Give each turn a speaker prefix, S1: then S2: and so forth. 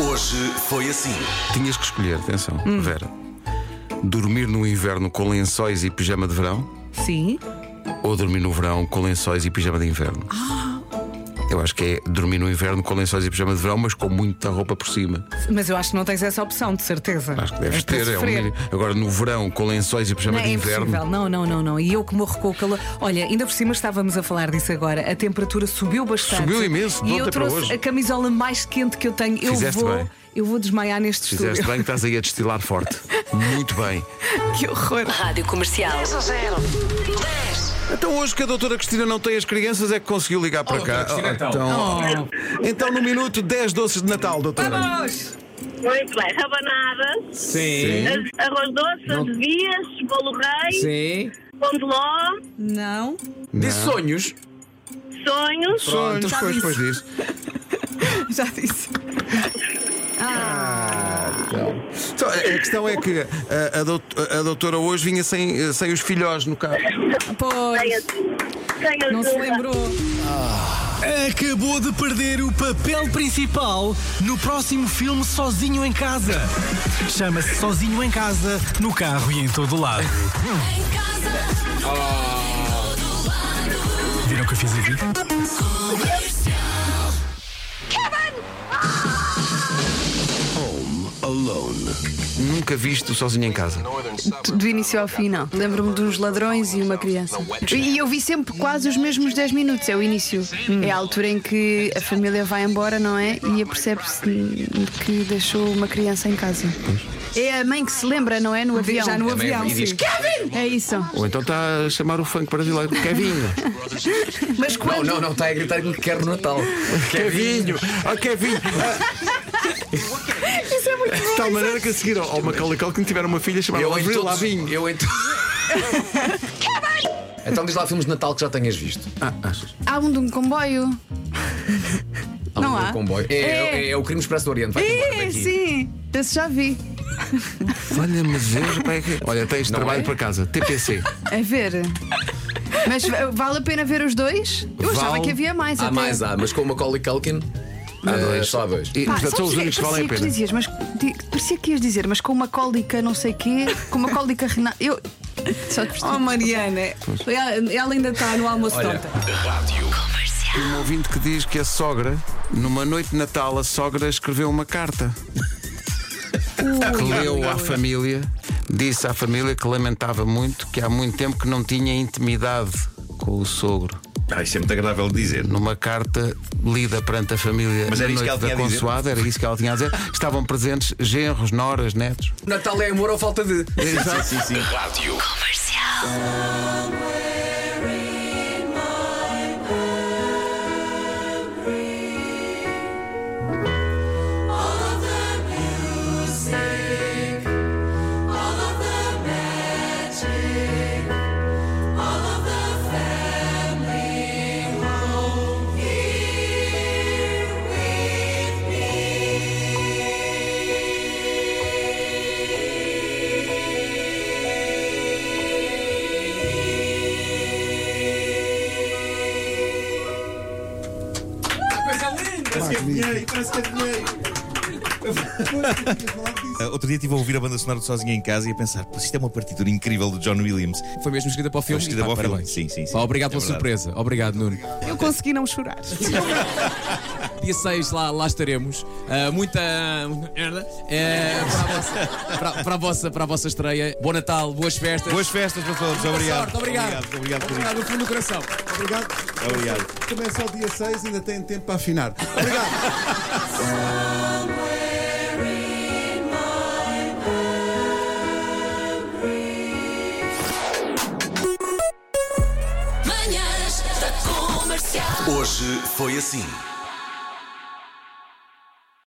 S1: Hoje foi assim.
S2: Tinhas que escolher, atenção, Vera. Dormir no inverno com lençóis e pijama de verão
S3: Sim.
S2: ou dormir no verão com lençóis e pijama de inverno?
S3: Ah.
S2: Eu acho que é dormir no inverno com lençóis e pijama de verão, mas com muita roupa por cima.
S3: Mas eu acho que não tens essa opção, de certeza.
S2: Acho que deves
S3: É para
S2: ter, é o
S3: sofrer.
S2: mínimo. Agora, no verão, com lençóis e pijama
S3: Não, é
S2: de inverno.
S3: impossível, não, não, não, não. E eu que morro com o calor. Olha, ainda por cima estávamos a falar disso agora. A temperatura subiu bastante.
S2: Subiu imenso, de
S3: E eu
S2: ontem para
S3: trouxe
S2: hoje.
S3: a camisola mais quente que eu tenho. Eu
S2: Fizeste
S3: vou,
S2: bem.
S3: eu vou desmaiar neste
S2: Fizeste
S3: estúdio.
S2: bem que estás aí a destilar forte. Muito bem.
S3: que horror.
S4: Rádio Comercial. 10 a 0. 10.
S2: Então hoje que a doutora Cristina não tem as crianças é que conseguiu ligar para cá.
S5: Cristina, então.
S2: então, então, no minuto, 10 doces de Natal, doutora.
S3: Oh. Vamos!
S6: Muito bem, rabanadas,
S5: Sim.
S6: ar- arroz doce, desvias, bolo rei,
S5: Sim.
S6: pão de ló,
S3: Não.
S5: Disse sonhos.
S6: sonhos,
S2: Pronto,
S3: Já
S2: depois,
S3: disse.
S2: depois disso.
S3: Já disse.
S2: Então, a a questão é que a, a dout- a doutora hoje vinha sem, eh, sem os filhós no carro.
S6: sem,
S3: Pois,
S6: a- sem
S3: não se
S6: ajuda.
S3: lembrou.
S7: Acabou de perder o papel principal no próximo filme Sozinho em Casa. Chama-se Sozinho em Casa, no carro e em todo lado. Viram o que eu fiz aqui?
S2: Nunca viste o sozinho em casa.
S8: Do início ao fim, não. Lembro-me de uns ladrões e uma criança. E eu vi sempre quase os mesmos 10 minutos, é o início.
S3: Hum.
S8: É a altura em que a família vai embora, não é? E apercebe-se que deixou uma criança em casa. É a mãe que se lembra, não é? No avião.
S3: Já no avião, sim.
S8: É isso.
S2: Ou então está a chamar o funk brasileiro. Kevinho.
S8: Mas quando.
S5: Não, não, está a gritar que quer no Natal.
S2: Kevinho. Ah, Kevinho.
S3: Isso é muito
S2: De tal maneira que a seguir ao ao Macaulay Culkin tiveram uma filha chamada
S5: Eu em
S2: Avril
S5: todos,
S2: Lavigne.
S5: Eu em to- Então diz lá filmes de Natal que já tenhas visto.
S8: Há um de um comboio. Não
S5: O
S8: há?
S5: comboio. É, é- é o Crime Expresso do Oriente. Vai
S8: É, sim. Esse já vi.
S2: Olha-me Deus, pá, é que- Olha, tens
S5: Não
S2: trabalho
S5: é?
S2: para casa. TPC.
S8: A ver. Mas vale a pena ver os dois? Eu achava
S2: Vale.
S8: que havia mais.
S5: Há
S8: até.
S5: mais, há, mas com o Macaulay Culkin. eh, só há dois.
S2: E,
S8: Pá,
S2: portanto, são
S8: sabes
S2: os
S8: que-
S2: únicos que valem a
S8: parecia
S2: pena.
S8: que dizias, mas di- parecia que ias dizer, mas com uma cólica não sei quê, com uma cólica renal. Eu. Só te percebi.
S3: Oh, Mariana, ela ela ainda está no almoço
S5: Olha.
S3: tonta.
S2: Um ouvinte que diz que a sogra, numa noite de Natal, a sogra escreveu uma carta. que leu à família, disse à família que lamentava muito, que há muito tempo que não tinha intimidade com o sogro.
S9: Ah, isso é muito agradável de dizer.
S2: Numa carta lida perante a família
S9: Mas
S2: na
S9: era isso
S2: noite
S9: que ela
S2: da
S9: tinha a dizer?
S2: consoada, era isso que ela tinha a dizer. Estavam presentes genros, noras, netos.
S5: Natal é amor ou falta de.
S2: Exato.
S9: Sim, sim. Ah, Outro dia estive a ouvir a banda sonora de Sozinha em Casa e a pensar, "Pô, isto é uma partitura incrível do John Williams.
S10: Foi mesmo escrita para o filme.
S9: escrita
S10: e pá,
S9: para o filme.
S10: parabéns.
S9: Sim, sim, sim.
S10: Pá,
S9: É
S10: obrigado pela
S9: verdade.
S10: surpresa. Obrigado, Nuno.
S3: Eu consegui não chorar.
S10: Dia 6, lá, lá estaremos. Ah, muita. merda. Eh, para, a vossa, para, para a vossa, para a vossa estreia. Bom Natal, boas festas.
S9: Boas festas para todos, obrigado.
S10: Sorte, obrigado.
S9: Obrigado, obrigado, por
S10: Obrigado do fundo do coração.
S9: isso. obrigado.
S2: Começa ao é dia 6, ainda tem tempo para afinar.
S4: Manhãs da Comercial.
S1: Hoje foi assim.